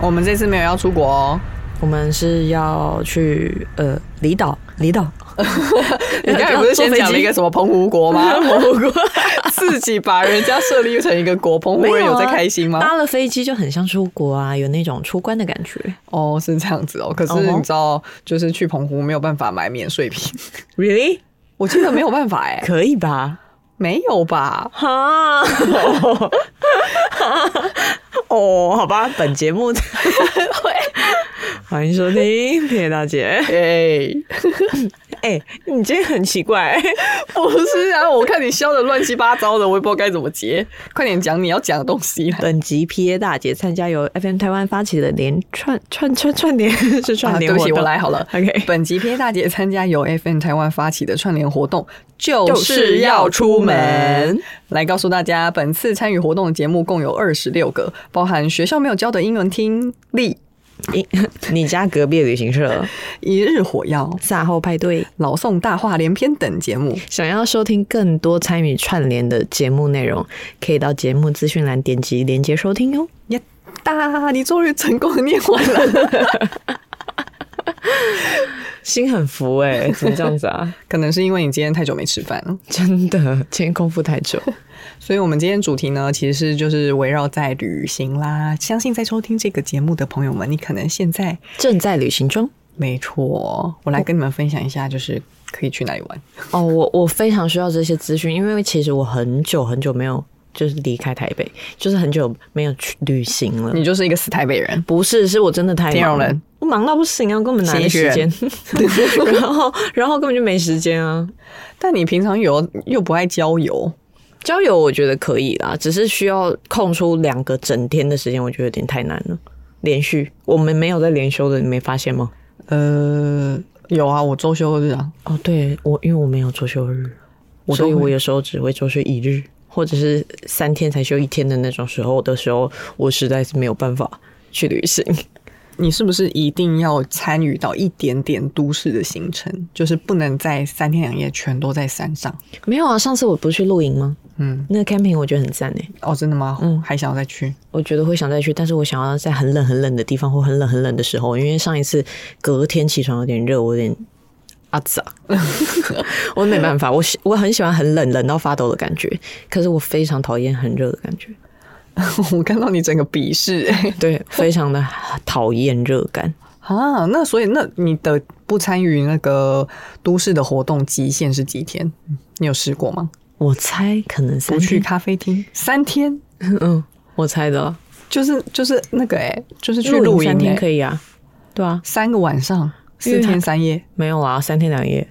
我们这次没有要出国哦，我们是要去呃离岛，离 岛，你刚才不是先讲了一个什么澎湖国吗？澎湖国 自己把人家设立成一个国，澎湖人有在开心吗？啊搭了飞机就很像出国啊，有那种出关的感觉。哦，是这样子哦。可是哦吼你知道，就是去澎湖没有办法买免税品， Really？我记得没有办法 哎、可以吧？没有吧？哈， 哦，好吧，本节 目欢迎收听撇大姐。哎、哎、你今天很奇怪、不是啊，我看你笑的乱七八糟的，我也不知道该怎么接。快点讲你要讲的东西啦。本集 P A 大姐参加由 F M 台湾发起的连串串串串联是啊 串联对不活起，动。我来好了。 OK 本集 P A 大姐参加由 F N 台湾发起的串联活动，就就是是要要出门出门。来告诉大家，本次参与活动的节目共有二十六个，包含学校没有教的英文听力、你你家隔壁的旅行社一日火药、 赛后派对，朗诵大话连篇等节目。想要收听更多参与串联的节目内容，可以到节目资讯栏点击连接收听哦哟。耶哒！你终于成功的念完了， 心很服哎、怎么这样子啊？ 可能是因为你今天太久没吃饭了。真的，今天功夫太 久。所以，我们今天主题呢，其实就是围绕在旅行啦。相信在收听这个节目的朋友们，你可能现在正在旅行中没错，我来跟你们分享一下，就是可以去哪里玩。哦，我我非常需要这些资讯，因为其实我很久很久没有就是离开台北，就是很久没有去旅行了。你就是一个死台北人，不是，是我真的太天忙龙了人，我忙到不行啊，根本哪来时间？ 然后，然后根本就没时间啊。但你平常有又不爱郊游，交友我觉得可以啦，只是需要空出两个整天的时间，我觉得有点太难了。连续，我们没有在连休的，你没发现吗？呃，有啊，我周休日啊，哦，对我，因为我没有周休日，我所都会以我有时候只会周休一日，或者是三天才休一天的那种时候的时候，我实在是没有办法去旅行。你是不是一定要参与到一点点都市的行程？就是不能在三天两夜全都在山上。没有啊，上次我不是去露营吗？嗯，那个 camping 我觉得很赞诶、哦，真的吗？嗯嗯，还想要再去？ 我觉得会想再去，但是我想要在很冷很冷的地方或很冷很冷的时候，因为上一次隔天起床有点热，我有点阿杂， 我没办法，我喜我很喜欢很冷冷到发抖的感觉，可是我非常讨厌很热的感觉，我看到你整个鄙视、 欸、对，非常的讨厌热感。啊！那所以，那你的不参与那个都市的活动极限是几天？你有试过吗？我猜可能不三去天，咖啡厅三天，嗯，我猜的啦，就是就是那个哎、就是去露露营营、三天可以以啊，对啊，三个晚上因四为天三 夜，没有啦，三天两夜，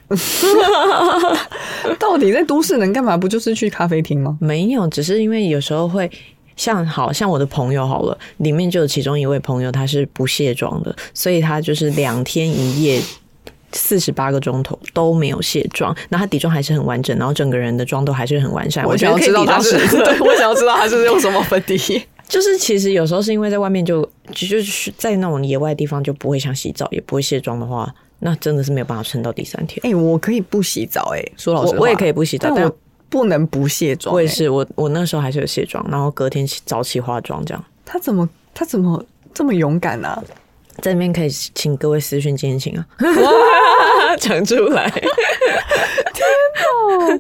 到底在都市能干嘛？不就是去咖啡厅吗？没有，只是因为有时候会像好像我的朋友好了，里面就有其中一位朋友他是不卸妆的，所以他就是两天一夜。四十八个钟头都没有卸妆，那他底妆还是很完整，然后整个人的妆都还是很完善。我觉想得可要以知道抵他达是，十个 对我想要知道他是用什么粉底液。 就是其实有时候是因为在外面就就就是在那种野外的地方就不会想洗澡，也不会卸妆的话，那真的是没有办法撑到第三天。 哎、我可以不洗澡哎、说老实我话，我也可以，不洗澡但，但我不能不卸妆、我也欸。是我我那时候还是有卸妆，然后隔天起早起化妆这样。他怎么他怎么这么勇敢啊？在那边可以请各位私讯进行啊，讲出来，天哪，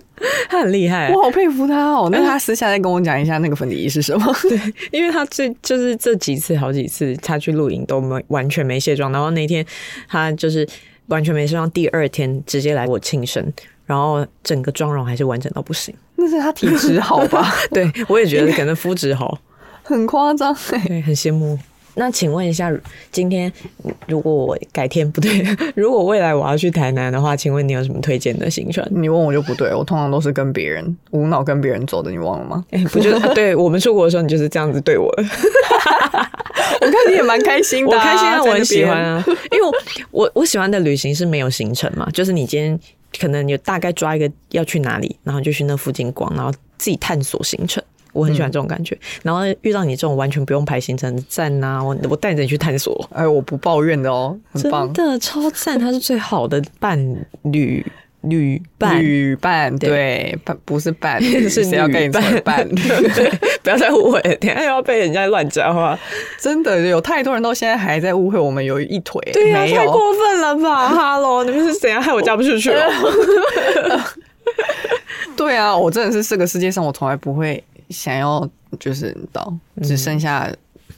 他很厉害我好佩服他哦。那他私下再跟我讲一下那个粉底液是什么？ 对，因为他这就是这几次好几次他去露营都没完全没卸妆，然后那天他就是完全没卸妆，第二天直接来我庆生，然后整个妆容还是完整到不行。那是他体质好吧？对我也觉得可能肤质好， 很夸张 哎。对，很羡慕。那请问一下，今天如果我改天不对， 如果未来我要去台南的话，请问你有什么推荐的行程？你问我就不对，我通常都是跟别人无脑跟别人走的，你忘了吗？哎、不就对 我们出国的时候，你就是这样子对 我的。我看你也蛮开心的我啊、开心啊，在我那很喜边欢。啊，因为我我我喜欢的旅行是没有行程嘛，就是你今天可能有大概抓一个要去哪里，然后就去那附近逛，然后自己探索行程。我很喜欢这种感觉，然后遇到你这种完全不用排行程的站呐、我我带着你去探索，哎，我不抱怨的哦，很棒真。的超赞，他是最好的伴侣旅伴，旅伴对对伴不是 伴侣，是谁要女跟你做伴 伴？对，不要再误会，等一下又要被人家乱讲话。真的有太多人到现在还在误会我们有一腿，对呀、没太有。过分了吧？Hello，你们是怎样害我嫁不出去 哦？ 对啊，我真的是这个世界上我从来不会想要，就是你知道嗯只剩下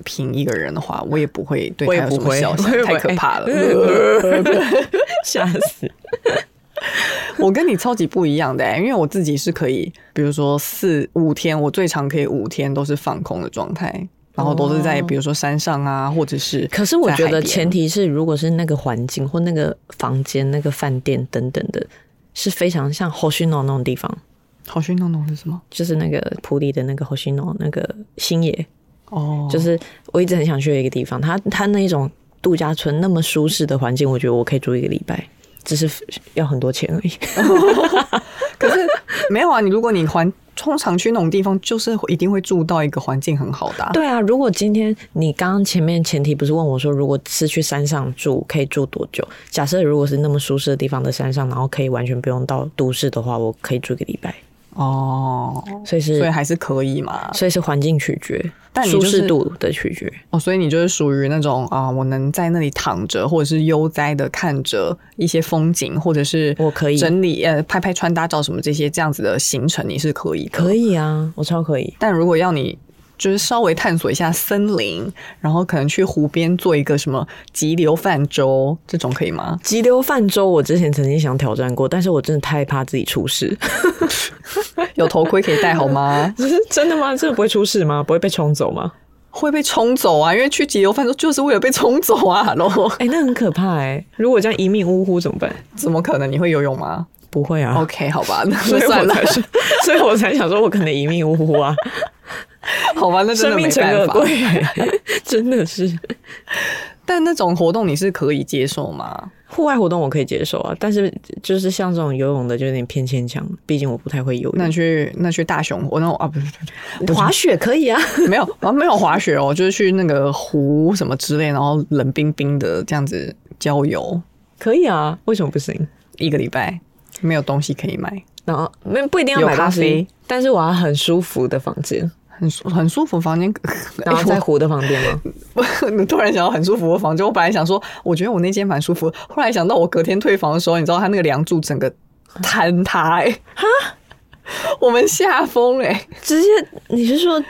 凭一个人的话，我也不会对我也他有不什么会小 想我也，不太会可怕了。吓死！ 我跟你超级不一样的、欸，因为我自己是可以，比如说四五天，我最长可以五天都是放空的状态，然后都是在哦比如说山上啊，或者是可是我觉得前提。提是，如果是那个环境或那个房间、那个饭店等等的，是非常像 Hoshino 那种地方，好运动动是什么？就是那个普里的那个 Hoshino 那个星野，哦，就是我一直很想去的一个地方。它它那一种度假村那么舒适的环境，我觉得我可以住一个礼拜，只是要很多钱而已。可是 没有啊。你如果你环通常去那种地方，就是一定会住到一个环境很好的、啊。对啊，如果今天你刚刚前面前提不是问我说，如果是去山上住可以住多久？假设如果是那么舒适的地方的山上，然后可以完全不用到都市的话，我可以住一个礼拜，哦，所以是所以还是可以嘛。所以是环境取决，但你就舒是适度的取决。哦，所以你就是属于那种啊、我能在那里躺着，或者是悠哉的看着一些风景，或者是我可以整理呃拍拍穿搭照什么这些这样子的行程，你是可以的。可以啊，我超可以。但如果要你就是稍微探索一下森林，然后可能去湖边做一个什么急流泛舟，这种可以吗？急流泛舟，我之前曾经想挑战过，但是我真的太怕自己出事。 有头盔可以戴好吗？真的吗？真的不会出事吗？不会被冲走吗？会被冲走啊，因为去急流泛舟就是为了被冲走啊， 然后哎、那很可怕哎、如果这样一命呜呼怎么办？怎么可能你会游泳吗不会啊。 ？OK，好吧， 那所以就算我了，才是， 所以我才想说，我可能一命呜呼 啊，好吧，那真生的命没诚可办法。贵， 真的是。 但那种活动你是可以接受吗？户外活动我可以接受啊，但是就是像这种游泳的就有点偏牵强，毕竟我不太会游那泳。你去那去大熊，我那啊不是不是滑雪可以啊，没有 啊没有滑雪哦，就是去那个湖什么之类，然后冷冰冰的这样子郊游可以啊，为什么不行？一个礼拜，没有东西可以买，然后没不一定要有买咖东西啡，但是我要很舒服的房间，很舒很舒服房间。 然后在湖的旁边吗？我突然想到很舒服的房间，我本来想说，我觉得我那间蛮舒服，后来想到我隔天退房的时候，你知道他那个梁柱整个坍塌、欸， 我们吓疯哎、 直接你是说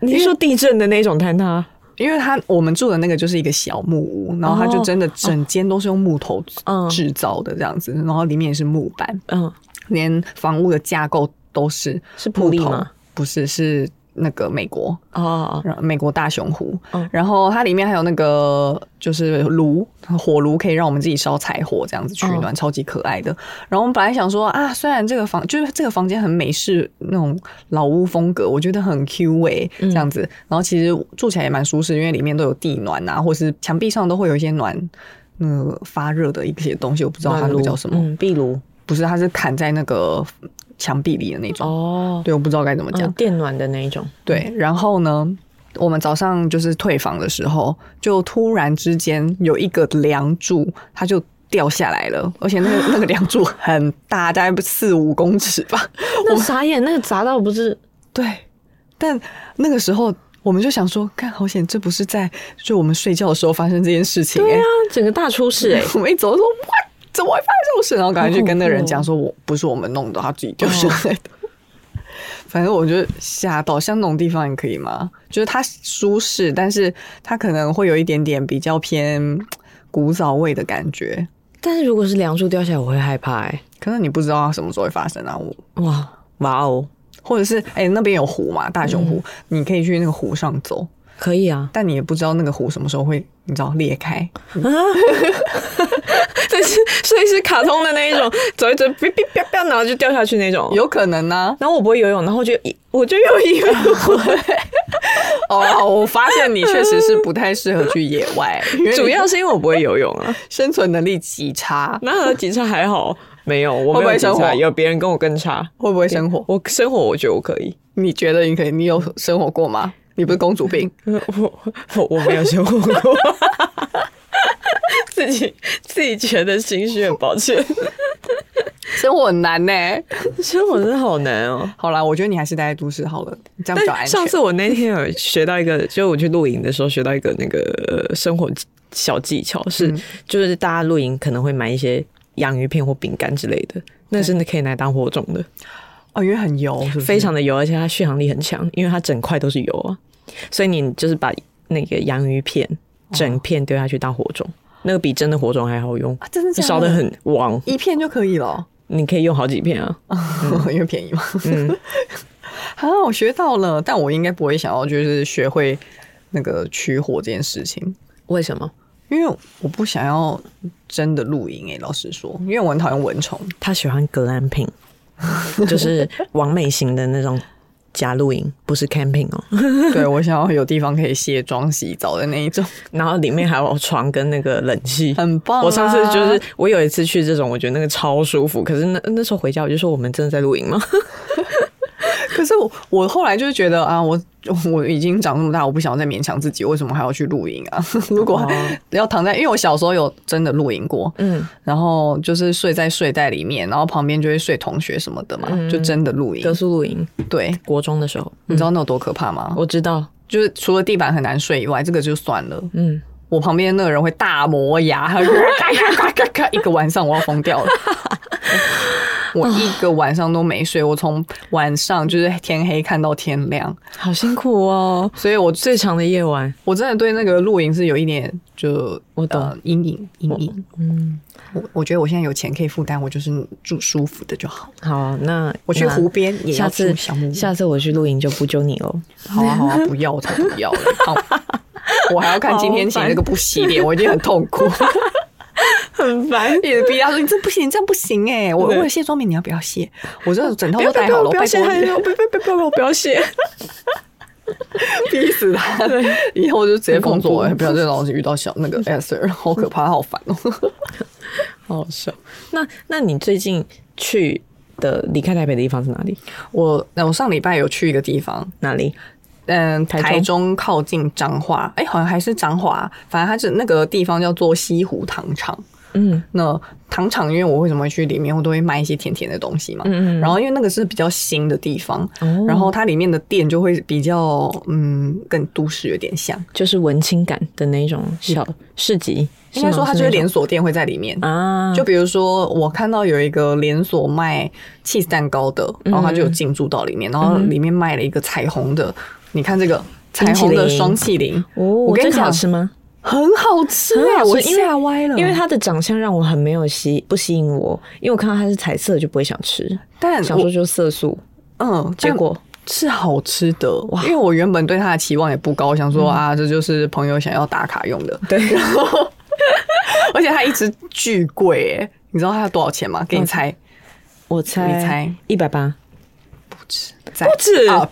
你是说地震的那种坍塌？因为他我们住的那个就是一个小木屋，然后它就真的整间都是用木头嗯制造的这样子，然后里面也是木板，嗯，连房屋的架构都是是普木利头吗？不是，是那个美国，哦，然后美国大熊湖，嗯然后它里面还有那个就是炉火炉，可以让我们自己烧柴火这样子取嗯暖，超级可爱的。然后我们本来想说啊，虽然这个房就是这个房间很美式那种老屋风格，我觉得很 Q 哎、嗯这样子，然后其实住起来也蛮舒适，因为里面都有地暖啊，或是墙壁上都会有一些暖。那个发热的一些东西，我不知道它暖那个炉叫什么，嗯，壁炉不是，它是砍在那个墙壁里的那种。哦，对，我不知道该怎么讲嗯，。电暖的那一种。对，然后呢，我们早上就是退房的时候，就突然之间有一个梁柱，它就。掉下来了，而且那个那个梁柱很大，大概四五公尺吧。那傻眼，那个砸到不是对，但那个时候我们就想说，看好险，这不是在就我们睡觉的时候发生这件事情、欸。对啊，整个大出事哎、 我们一走就说哇，怎么会发生这种事？然后赶快去跟那个人讲好说，我不是我们弄的，他自己哦掉 下来的。反正我就吓到，像那种地方你可以吗？就是它舒适，但是它可能会有一点点比较偏古早味的感觉。 但是如果是梁柱掉下来，我会害怕哎、可能你不知道它什么时候会发生啊，我哇哇哦，嗯或者是哎、那边有湖嘛，大熊湖，你可以去那个湖上走，可以啊，但你也不知道那个湖什么时候会，你知道裂开。但是 所以是卡通的那一种，走一走，哔哔啪啪，然后就掉下去那种。有可能啊呢、然后我不会游泳，然后就一我就又 一路哦，我发现你确实是不太适合去野外，因为 你主要是因为我不会游泳啊。生存能力极差。 那警察还好，没有，我会不没会有警生察，活有别人跟我更差。会不会生活？我生活我觉得我可以，你觉得你可以？你有生活过吗？你不是公主病？我 我我没有生活过， 自己自己觉得心虚，很抱歉。 生活很难呢、 生活真的好难哦。好啦，我觉得你还是待在都市好了，这样比较安但全上。次我那天有学到一个， 就我去露营的时候学到一个那个呃生活小技巧是，嗯就是大家露营可能会买一些洋芋片或饼干之类的，那真的可以拿来当火种的，哦，因为很油，是不是？非常的油，而且它续航力很强，因为它整块都是油啊，嗯所以你就是把那个洋芋片整片丢下去当火种，那个比真的火种还好用，啊，真的假的烧的很旺，一片就可以了，你可以用好几片啊。 因为便宜嘛。嗯 啊，我学到了，但我应该不会想要就是学会那个取火这件事情，为什么？因为我不想要真的露营诶、欸老实说，因为我很讨厌蚊 虫。他喜欢格兰品， 就是完美型的那种假露营，不是 camping 哦。对我想要有地方可以卸妆、洗澡的那一种，然后里面还有床跟那个冷气。很棒啊、我上次就是我有一次去这种，我觉得那个超舒服。可是那那时候回家我就说我们真的在露营吗？ 可是我我后来就是觉得啊，我 我已经长这么大，我不想再勉强自己，为什么还要去露营啊？ 如果哦要躺在，因为我小时候有真的露营过，嗯， 然后就是睡在睡袋里面，然后旁边就会睡同学什么的嘛，嗯就真的露营。格宿露营，对，国中的时候你知道那有多可怕吗？我知道，就是除了地板很难睡以外，这个就算了。嗯，我旁边那个人会大磨牙，他就咔咔咔咔咔，一个晚上我要疯掉了。我啊一个晚上都没睡，我从晚上就是天黑看到天亮，好辛苦哦。所以我最长的夜晚，我真的对那个露营是有一点就我懂呃阴影阴影。嗯，我我觉得我现在有钱可以负担，我就是住舒服的就好。好，那我去那湖边也下要次住小木屋。下次我去露营就不揪你喽。好啊好啊，不要我才不要嘞！ 好我还要看今天请那个不洗脸，我已经很痛苦，很烦，一直逼他说你这不行，你这样不行哎、我我对有卸妆棉，你要不要卸？我这枕头不都要不带好要了，不拜要托谢，你，不要不要不要 谢。逼死 他！ 以后就直接封锁、很欸，恐怖不要再让我遇到小那 个 S 了，好可 怕，好烦哦、好笑。那那你最近去的离开台北的地方是哪里？我那我上礼拜有去一个地方，哪里？嗯，台台中中靠近彰化，哎、好像还是彰化，反正它是那个地方叫做西湖糖厂。嗯，那糖厂，因为我为什么会去里面，我都会卖一些甜甜的东西嘛。嗯嗯然后因为那个是比较新的地方，哦然后它里面的店就会比较嗯，跟都市有点像。就是文青感的那种小市集。嗯应该吗说它就是那种连锁店会在里面。啊，就比如说，我看到有一个连锁卖 cheese 蛋糕的，嗯然后他就有进驻到里面，然后里面卖了一个彩虹的，你看这个彩冰虹淇的淋双气淋，哦，我跟你这个好讲吃吗？很好吃很哎、好吃我因为吓歪了，因为它的长相让我很没有吸不吸引我，因为我看到它是彩色的就不会想吃，但想说我就是色素。嗯，结但果是好吃的哇！因为我原本对它的期望也不高，想说啊，这就是朋友想要打卡用的，嗯对，而且它一直巨贵哎、你知道它要多少钱吗？嗯给你猜，我猜你猜一百八，再不止 up，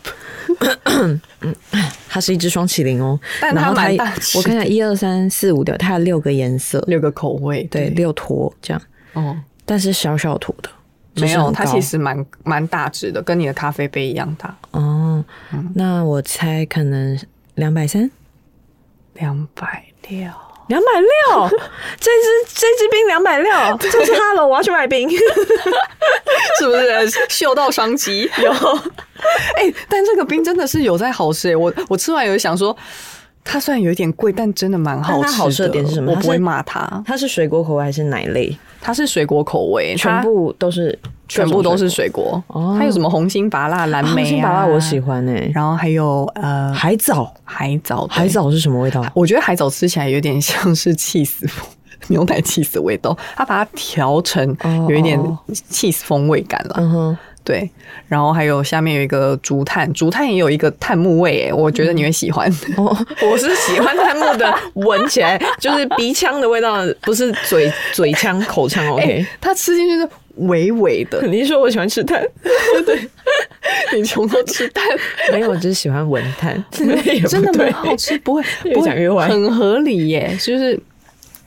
它是一只双麒麟哦，但它然后它蛮也大只我 看一下一二三四五六，它有六个颜色，六个口味，对，六坨这样。哦。但是小小坨的，就没是有，很它高其实蛮蛮大只的，跟你的咖啡杯一样大，哦。嗯那我猜可能两百 三、两百六。两百六， 这支这支冰两百 六，这是哈喽，我要去买冰。 是不是嗅到 商机？有， 哎、但这个冰真的是有在好吃、欸。我我吃完有想说，它虽然有一点贵，但真的蛮好但吃的。它好吃的点是什么我它是不会骂它，它是水果口味还是奶类？它是水果口味，全它部都是，全部都是水果。哦它有什么红心芭乐、蓝莓、啊、梅心芭乐，我喜。欢诶。然后还有呃海藻，海藻，海。藻是什么味道？我觉得海藻吃起来有点像是气死牛奶 cheese 的味道，它把它调成有一点哦 cheese 风味感了。嗯哼，对，然后还有下面有一个竹炭，竹炭也有一个炭木味，诶，我觉得你会喜欢。 哦， 我是喜欢炭木的，闻起来就是鼻腔的味道，不是嘴嘴腔、口腔。哎、 OK，它吃进去是微微 的，肯定哎说我喜欢吃炭，你穷到吃蛋，没有，我只是喜欢闻 炭，也不真的对蛮好吃，不会越不讲越会歪很合理耶，就是。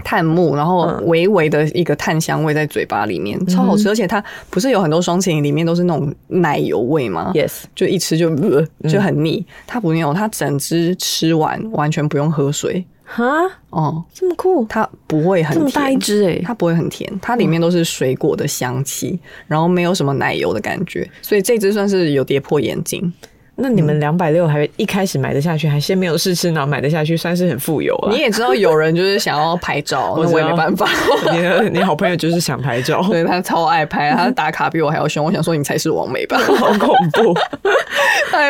炭木，然后嗯微微的一个炭香味在嘴巴里面，超好吃。而且它不是有很多双擎里面都是那种奶油味吗 Yes，就一吃就、呃嗯就很腻。它不有，它整只吃完完全不用喝水，哈，哦、这么酷，它不会很这么大一甜只哎、它不会很甜，它里面都是水果的香气，然后没有什么奶油的感觉，所以这只算是有跌破眼镜。那你们两百六还一开始买得下去，还先没有试吃，然后买得下去，算是很富有啊。你也知道有人就是想要拍照， 我那知我道也没办法。你的你好朋友就是想拍 照，对他超爱拍，他打卡比我还要凶。我想说你才是王美吧。 好恐怖。哎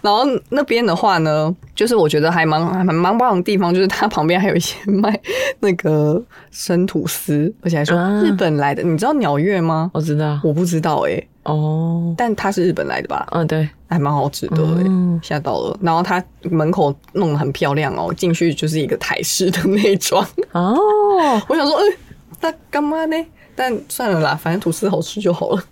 然后那边的话呢，就是我觉得还蛮还蛮蛮棒的地方，就是它旁边还有一些卖那个生吐司，而且还说啊日本来的。你知道鸟月吗？我知道我不知道哎、哦，但它是日本来的吧？嗯、对，还蛮好吃的、欸嗯，吓、到了。然后它门口弄得很漂亮哦，进去就是一个台式的内装。 哦， 我想说，嗯、那干嘛呢？但算了啦，反正吐司好吃就好了。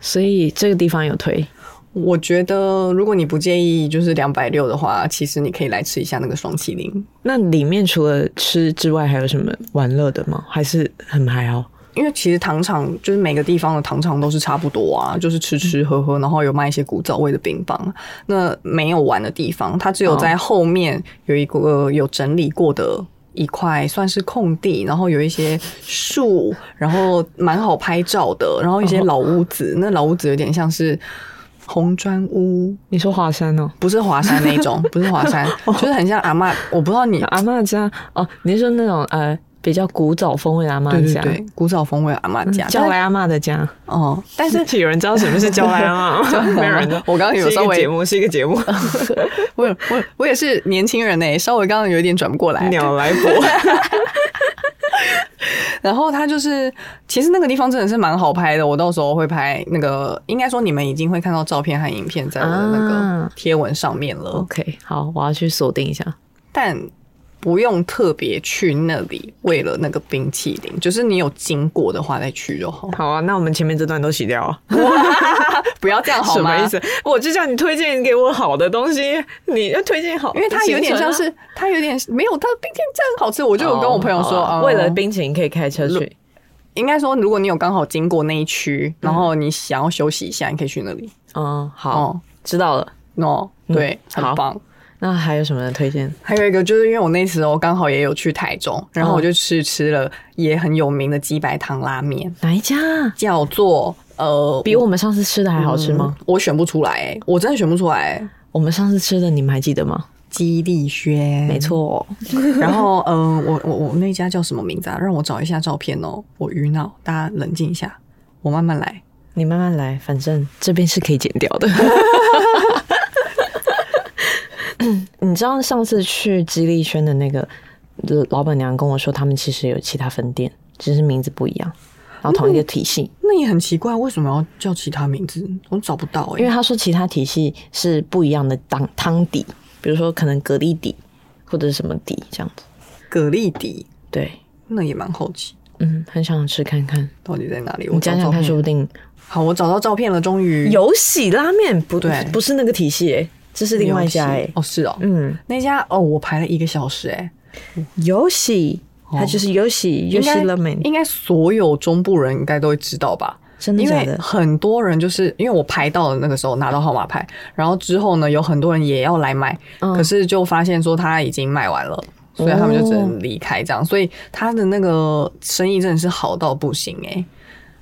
所以这个地方有推，我觉得如果你不介意，就是两百六的话，其实你可以来吃一下那个双麒麟，那里面除了吃之外，还有什么玩乐的吗？还是很还好？因为其实糖厂就是每个地方的糖厂都是差不多啊，就是吃吃喝喝，然后有卖一些古早味的冰棒。那没有玩的地方，它只有在后面有一个、呃有整理过的。一块算是空地，然后有一些树，然后蛮好拍照的，然后一些老 屋子，那老屋子有点像是红砖屋，你说华山哦，不是华山那一 种，不是华山，就是很像阿嬷。我不知道你阿嬷家哦，你是说那种呃比较古早风味的阿嬷对对家？嗯对，古早风味的阿嬷家，叫来阿嬷的家，但哦，但是但 是有人知道什么是叫来阿 嬷吗？没有哎人知道。我刚刚有是一稍个微节目是一个节目， 我有我有我也是年轻人呢、稍微刚刚有一点转不过来。鸟来伯。 然后他就是，其实那个地方真的是蛮好拍的，我到时候会拍那个，应该说你们已经会看到照片和影片在我的那个啊贴文上面了， OK，好，我要去锁定一下。但不用特别去那里为了那个冰淇淋，就是你有经过的话再去就好， 好啊，那我们前面这段都洗掉啊，不要这样好什吗？么意思？我就叫你推荐给我好的东西，你要推荐好，因为它有点像是，它有点没有它冰淇淋这样好吃，我就行程啊，有跟我朋友说，哦好啊嗯为了冰淇淋可以开车去。应该说，如果你有刚好经过那一区，然后你想要休息一下，你可以去那里。嗯，好，哦知道了。 ，no，对，嗯很好棒。那还有什么推荐？还有一个就是因为我那时候刚好也有去台中，然后我就去吃了也很有名的鸡白汤拉面，哪一家啊？叫做呃，比我们上次吃的还好吃吗？嗯？我选不出来、欸，我真的选不出来、欸。我们上次吃的你们还记得吗？基利轩，没。错哦， 然后嗯、呃我我我那家叫什么名字啊？让我找一下照片哦。我晕脑，大家冷静一下，我慢慢来。你慢慢来，反正这边是可以剪掉 的。你知道上次去吉利轩的那个呃老板娘跟我说，他们其实有其他分店，只是名字不一样，然后同一个体系。那也很奇怪，为什么要叫其他名字？我找不到、欸，因为他说其他体系是不一样的汤汤底，比如说可能蛤蜊底或者是什么底这样子。蛤蜊底，对，那也蛮好奇，嗯，很想吃看看。到底在哪里？我你讲找讲照看，说不片。定好，我找到照片了，终于有喜拉面不对不是那个体系诶、这是另外一家诶、哦，是哦，嗯，那家哦，我排了一个小时、欸，哎，有喜，它就是有喜有喜拉面，哦应该所有中部人应该都会知道吧。真的因假为的？很多人就是因为我排到的那个时候拿到号码牌，然后之后呢，有很多人也要来买，嗯可是就发现说他已经卖完了，所以他们就只能离开哦这样。所以他的那个生意真的是好到不行哎、啊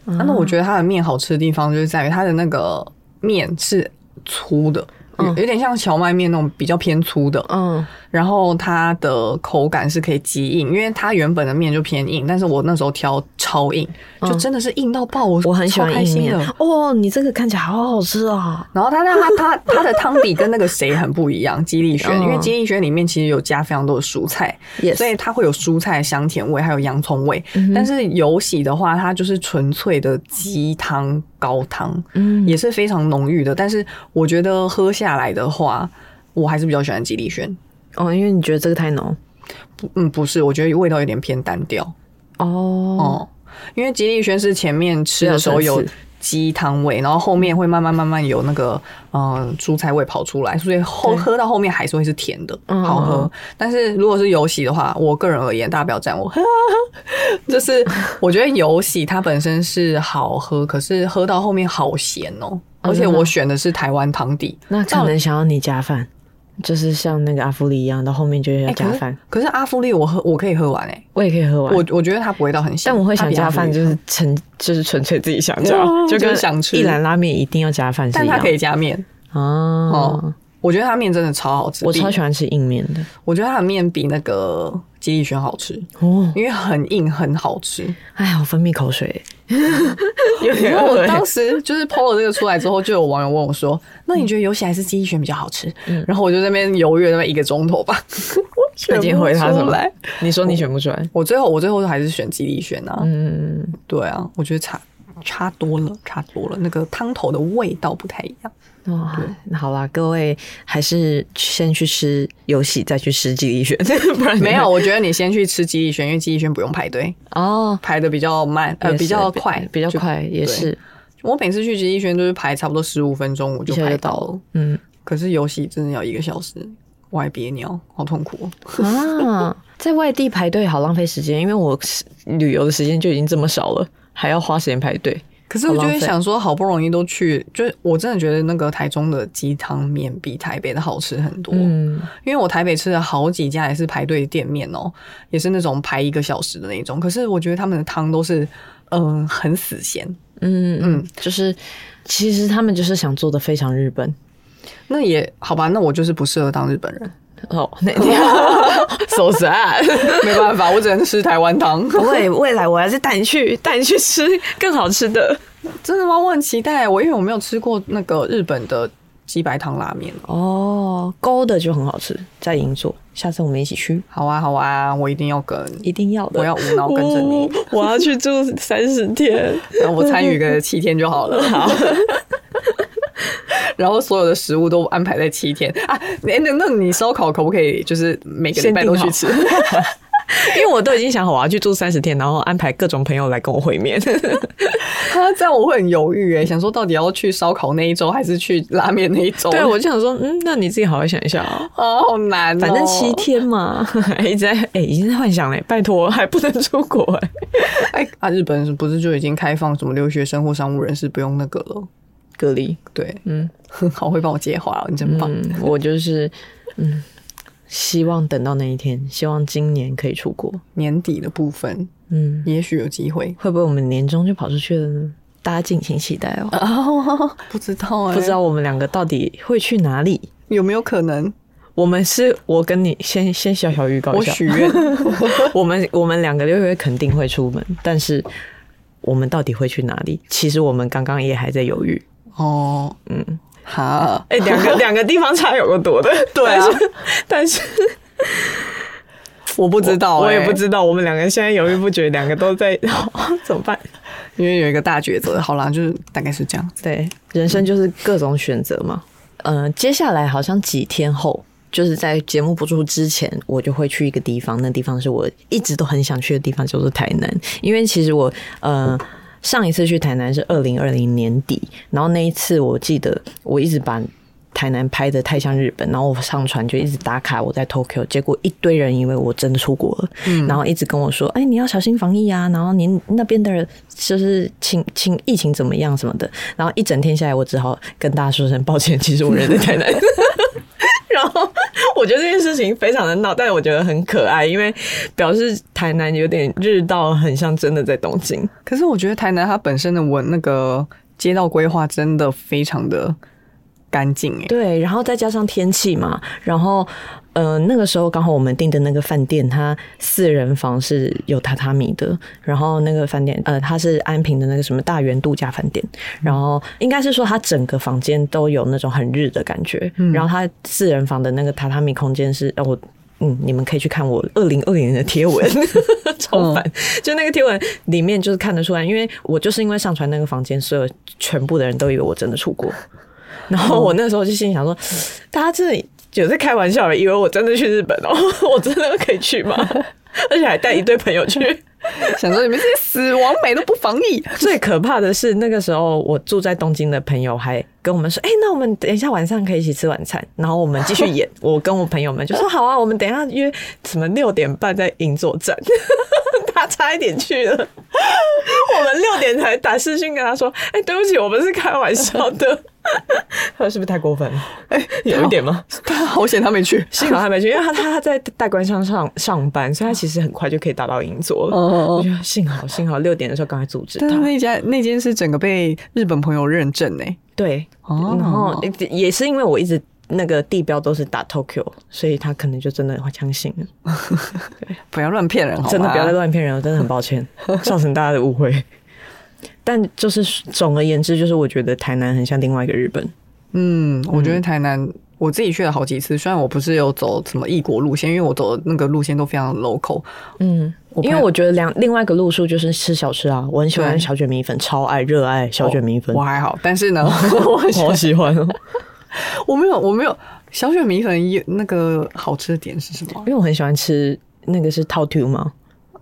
那嗯我觉得它的面好吃的地方就是在于它的那个面是粗的，有有点像荞麦面那种比较偏粗的，嗯，然后它的口感是可以极硬，因为它原本的面就偏硬，但是我那时候挑超硬，就真的是硬到爆，我嗯我很喜超开欢硬心面的。哦，你这个看起来好好吃啊！然后它它它它它的汤底跟那个谁很不一样，吉利轩，嗯因为吉利轩里面其实有加非常多的蔬菜 Yes 嗯所以它会有蔬菜的香甜味，还有洋葱味。但是有喜的话，它就是纯粹的鸡汤高汤，嗯也是非常浓郁的。但是我觉得喝下来的话，我还是比较喜欢吉利轩。哦，因为你觉得这个太浓嗯，不是，我觉得味道有点偏单调哦，哦、因为吉利轩是前面吃的时候比较有层次鸡汤味，然后后面会慢慢慢慢有那个嗯蔬菜味跑出来，所以后对喝到后面还是会是甜的，嗯好喝。但是如果是油喜的话，我个人而言，大家不要赞我， 就是我觉得油喜它本身是好喝，可是喝到后面好咸哦、哦而且真的我选的是台湾汤底，那可能想要你加饭，就是像那个阿芙里一样，到后面就是要哎加饭。。可是可是阿芙丽我喝我可以喝完哎、我也可以喝完，我我觉得它不会到很咸，但我会它想比阿加芙饭，丽就是纯就是纯粹自己想加，嗯就就是跟想吃一兰拉面一定要加饭是但一它样可以加面哦哦。。我觉得它面真的超好吃，我比超喜欢吃硬面的我觉得它的面比那个吉利轩好吃，哦，因为很硬，很好吃。 哎，我分泌口水，有点然后饿我欸。当时就是 PO 了这个出来之后，就有网友问 我说：“那你觉得游戏还是鸡翼轩比较好吃？”嗯然后我就在那边犹豫了那么一个钟 头吧，我选那你不回答什出么来。你说你选不出来？我最后我最后还是选鸡翼轩啊，嗯，对啊，我觉得差差多了，差多了，那个汤头的味道不太一 样。哦，好啦，各位还是先去吃游戏，再去吃吉利选，不然你没有，我觉得你先去吃鸡翼轩，因为鸡翼轩不用排队，哦，排的比较慢，呃，也是比较快，比较就。快也对是，我每次去吉利轩都是排差不多十五分钟，我就一下排就到到了。嗯可是游戏真的要一个小时，我还憋尿，好痛苦、哦。啊，在外地排队好浪费时间，因为我是旅游的时间就已经这么少了，还要花时间排队。可是我就好会浪费想说，好不容易都去，就是我真的觉得那个台中的鸡汤面比台北的好吃很多。嗯，因为我台北吃了好几家也是排队店面哦，也是那种排一个小时的那种。可是我觉得他们的汤都是，嗯、很死咸。嗯嗯嗯，就是其实他们就是想做的非常日本那也好吧，那我就是不适合当日本人， 哦，那 so sad。没办法，我只能吃台湾汤。未未来 我还是带你去带你去吃更好吃的 真的吗？我很期待，我因为我没有吃过那个日本的鸡白汤拉面。哦，勾的就很好吃，在银座，下次我们一起去，好啊，好啊，我一定要跟，一定要的。我要无脑跟着你，哦，我要去住三十天。然后我参与个七天就好了。好。然后所有的食物都安排在七天啊！那那那你烧烤可不可以就是每个礼拜都去吃？ 因为我都已经想好我要去住三十天，然后安排各种朋友来跟我会面。啊， 这样我会很犹豫哎，想说到底要去烧烤那一周还是去拉面那一周？对，我就想说，嗯，那你自己好好想一下哦。啊，好难、哦。反正七天嘛， 一直在哎、已经在幻想嘞，拜托还不能出国哎、哎啊，日本是不是就已经开放什么留学生或商务人士不用那个了？隔离。对，嗯， 好会帮我接话、哦，你真棒。嗯，我就是嗯，希望等到那一天，希望今年可以出国。年底的部分嗯，也许有机会，会不会我们年终就跑出去了呢？大家敬请期待哦。哦，不知道呃哎、不知道我们两个到底会去哪里？有没有可能？我们是我跟你先先小小预告一我下，许愿，我们我们两个六月肯定会出门，但是我们到底会去哪里？其实我们刚刚也还在犹豫。 哦，嗯，好，哎、两个两个地方差有个多的，对啊但是，我不但是知道、 我，我哎也不，知道，我们两个现在犹豫不决，两个都在 哦怎么办？因为有一个大抉择。好啦，就是大概是这样。对，人生就是各种选择嘛。嗯、接下来好像几天后，就是在节目播出之前，我就会去一个地方，那地方是我一直都很想去的地方，叫做台南。因为其实我呃上一次去台南是二零二零年底，然后那一次我记得我一直把。台南拍的太像日本，然后我上传就一直打卡我在 Tokyo，结果一堆人以为我真的出国了，然后一直跟我说，哎、你要小心防疫啊，然后您那边的人就是情情疫情怎么样什么的，然后一整天下来，我只好跟大家说声抱歉，其实我人在台南。然后我觉得这件事情非常的闹，但是我觉得很可爱，因为表示台南有点日到很像真的在东京。可是我觉得台南它本身的文那个街道规划真的非常的干净哎。对，然后再加上天气嘛，然后呃那个时候刚好我们订的那个饭店，它四人房是有榻榻米的，然后那个饭店呃它是安平的那个什么大圆度假饭店，然后应该是说它整个房间都有那种很日的感觉，然后它四人房的那个榻榻米空间是呃我。嗯，你们可以去看我二零二零年的贴文， 超烦。就那个贴文里面，就是看得出来，因为我就是因为上传那个房间，所有全部的人都以为我真的出国。然后我那时候就心里想说，大家真的有在开玩笑了，以为我真的去日本哦， 我真的可以去吗？ 而且还带一堆朋友去。想说你们这些死亡美都不防疫， 最可怕的是，那个时候我住在东京的朋友还跟我们说：“哎、那我们等一下晚上可以一起吃晚餐。”然后我们继续 演。我跟我朋友们就说：“好啊，我们等一下约什么六点半在银座站。” 他差一点去了，我们六点才打视讯跟他说：“哎、对不起，我们是开玩笑的。” 他是不是太过分了？哎，有一点吗？他 好险他没去。幸好他 没去，因为他他他在大关上上上班，所以他其实很快就可以达到银座了。哦哦我哦！觉得幸好幸好六点的时候赶快阻止但是他。那家那间是整个被日本朋友认证哎。对，哦然后也是因为我一直那个地标都是打 Tokyo，所以他可能就真的会相信了。不要乱骗人，好吗真的不要再乱骗人了，真的很抱 歉，造成大家的误会。但就是总而言之，就是我觉得台南很像另外一个日本。嗯，我觉得台南、我自己去了好几次，虽然我不是有走什么异国路线，因为我走的那个路线都非常 local。嗯，朋因友为我觉得两另外一个路数就是吃小吃啊，我很喜欢对小卷米粉，超爱热爱小卷米粉，我还好，但是呢， 我好喜欢哦，我没有，我没有小卷米粉有那个好吃的点是什么因为我很喜欢吃那个是套 two 吗？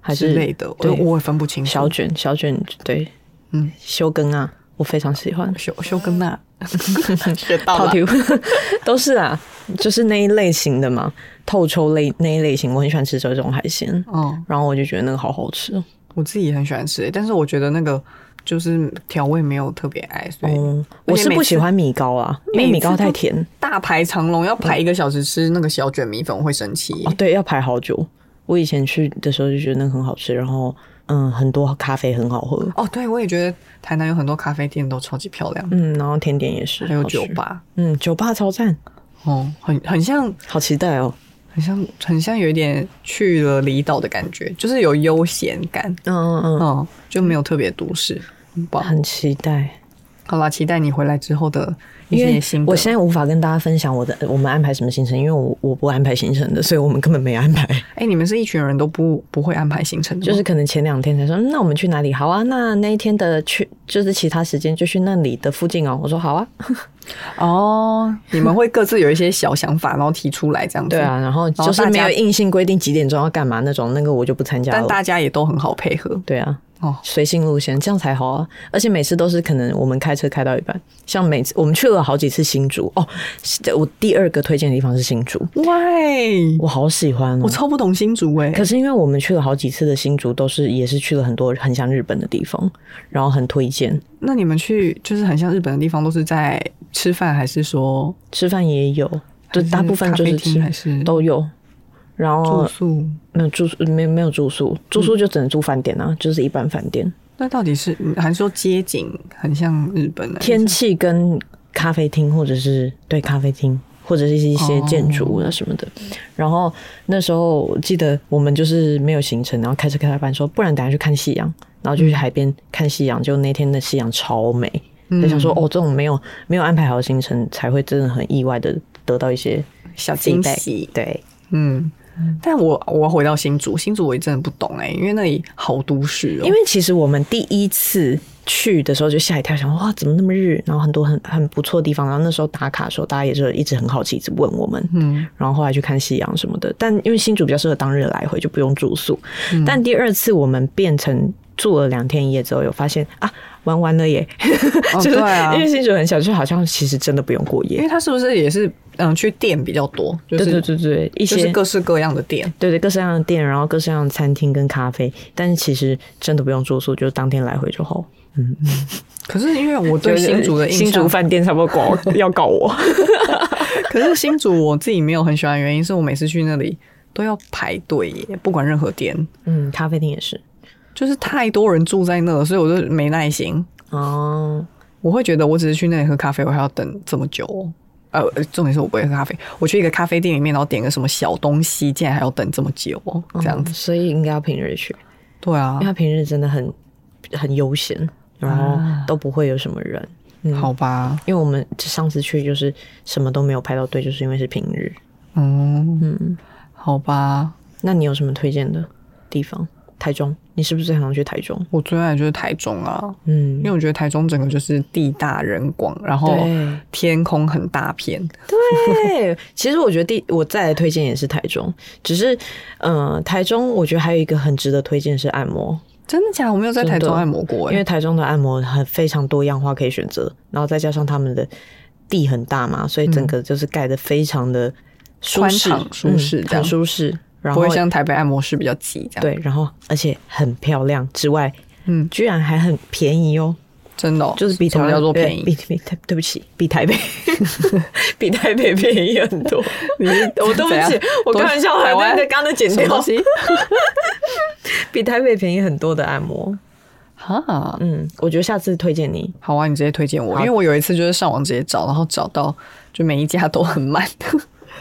还之是类的，对我，我也分不清楚。小卷小卷对，嗯嗯，修根啊，我非常喜欢。修修根纳 学套 到了，题 都是啊，就是那一类型的嘛，透抽类那一类型，我很喜欢吃这种海鲜，嗯，然后我就觉得那个好好吃哦。我自己也很喜欢吃，欸但是我觉得那个就是调味没有特别爱，所以嗯，而且我是每不次喜欢米糕啊，因为每米次糕都太甜大排长龙要排一个小时吃那个小卷米粉，我会生气。嗯哦，对，要排好久。我以前去的时候就觉得那个很好吃，然后嗯，很多咖啡很好喝，哦，对，我也觉得台南有很多咖啡店都超级漂亮，嗯，然后甜点也是，还有好吃酒，吧，嗯，酒吧超赞，哦，很很像，好期待哦。很像，很像有一点去了离岛的感觉，就是有悠闲感，嗯嗯嗯，嗯，就没有特别都市，很棒。很期待。好啦，期待你回来之后的一因些为心得。我现在无法跟大家分享我的我们安排什么行程，因为我我不安排行程的，所以我们根本没安排。哎、你们是一群人都不不会安排行程的吗，就是可能前两天才说，嗯那我们去哪里？好啊，那那一天的去就是其他时间就去那里的附近哦。我说好啊，哦，你们会各自有一些小想法，然后提出来这样子。对啊，，然后然后就是大没家有嗯硬性规定几点钟要干嘛那种，那个我就不参加但了。大家也都很好配合。对啊，哦随性路线这样才好啊！而且每次都是可能我们开车开到一半，像每次我们去了好几次新竹哦，是我第二个推荐的地方是新竹，喂，啊我好喜欢哦我。超不懂新竹哎、可是因为我们去了好几次的新竹，都是也是去了很多很像日本的地方，然后很推荐。那你们去就是很像日本的地方，都是在吃饭还是说吃饭也有，就还是大部分就是咖啡厅吃还是都有。然住后宿？没有住宿，没有没有住宿，住宿就只能住饭店啊，就是一般饭店。那到底是还是说街景很像日本的天气跟咖啡厅或者是对咖啡厅或者是一些哦建筑啊什么的。然后那时候我记得我们就是没有行程，然后开车开到一半说，不然等下去看夕阳，然后就去海边看夕阳。就那天的夕阳超美，嗯就想说哦，这种没有没有安排好的行程才会真的很意外的得到一些小惊 feedback 喜？对，嗯，但我我回到新竹，新竹我也真的不懂哎、因为那里好都市哦、因为其实我们第一次去的时候就吓一跳，想说哇怎么那么日，然后很多很很不错的地方，然后那时候打卡的时候，大家也是一直很好奇，一直问我们， 嗯，然后后来去看夕阳什么的。但因为新竹比较适合当日来回，就不用住宿。但第二次我们变成住了两天一夜之后，有发现啊玩完了耶，就是、对啊因为新竹很小，就好像其实真的不用过因夜。为它是不是也是嗯去店比较多，就是对对对对，一就些是各式各样的店，对对，各式各样的店，然后各式各样的餐厅跟咖啡，但是其实真的不用住宿，就是当天来回就好。可是因为我对就是新竹的印象，新竹饭店差不多搞要搞我， 可是新竹我自己没有很喜欢，的原因是我每次去那里都要排队耶，不管任何店，嗯，咖啡厅也是就是太多人住在那，所以我就没耐心。哦，我会觉得我只是去那里喝咖啡，我还要等这么久哦、呃，重点是我不会喝咖啡，我去一个咖啡店里面，然后点个什么小东西，竟然还要等这么久哦，这样子。嗯所以应该要平日去，对啊因为，他平日真的很很悠闲，然后都不会有什么人。嗯好吧，因为我们上次去就是什么都没有排到队，就是因为是平日。嗯好吧，那你有什么推荐的地方？台中，你是不是最想去台中？我最爱的就是台中啊，嗯因为，我觉得台中整个就是地大人广，然后对天空很大片。对，其实我觉得第我再来推荐也是台中，只是嗯、呃台中我觉得还有一个很值得推荐是按摩，真的假的？我没有在台中按摩过、欸，因为台中的按摩很非常多样化可以选择，然后再加上他们的地很大嘛，所以整个就是盖的非常的舒宽适、敞舒适嗯这样很舒适，然不后会像台北按摩室比较挤这样。，对，然后而且很漂亮之外，嗯，居然还很便宜哦，真的哦、就是比什台么湾叫做对便宜？比比台对不起，比台北比台北便宜很多。你是 我对 怎不样起，我开玩笑，台还湾那个刚刚剪什么东掉，西？比台北便宜很多的按摩。哈，嗯，我觉得下次推荐你。好啊，你直接推荐我，因为我有一次就是上网直接找，然后找到就每一家都很满，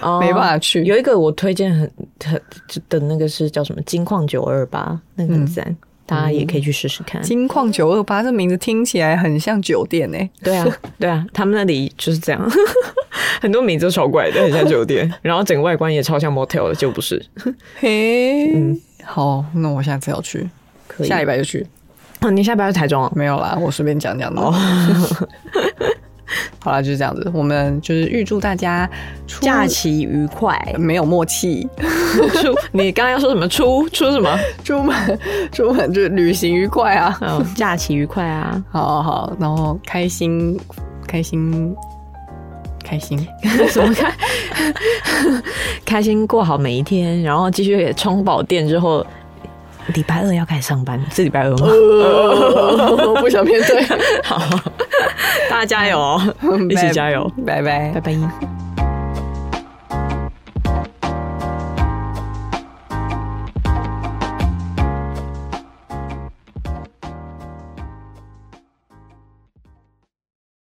哦没办法去。有一个我推荐很很的那个是叫什么金矿九二八，那个很赞，大家也可以去试试看。金矿九二八这名字听起来很像酒店呢、对啊，对啊，他们那里就是这样， 很多名字都超怪的，很像酒 店，然后整个外观也超像 motel 的，就不是。嘿，好，那我下次要去，嗯可以，下礼拜、拜就去。啊，你下礼拜要台中哦。没有啦，我随便讲讲的。 好啦，就是这样子。我们就是预祝大家出假期愉快！没有默契， 出 你刚刚要说什么？出出什么？出门出门就旅行愉快啊！嗯，假期愉快啊！好好好，然后开心开心开心， 什么 开开心过好每一天，然后继续充饱电之后，礼拜二要开始上班，是礼拜二吗？我不想面对，好，大家加油哦，一起加油，拜拜，拜拜拜拜。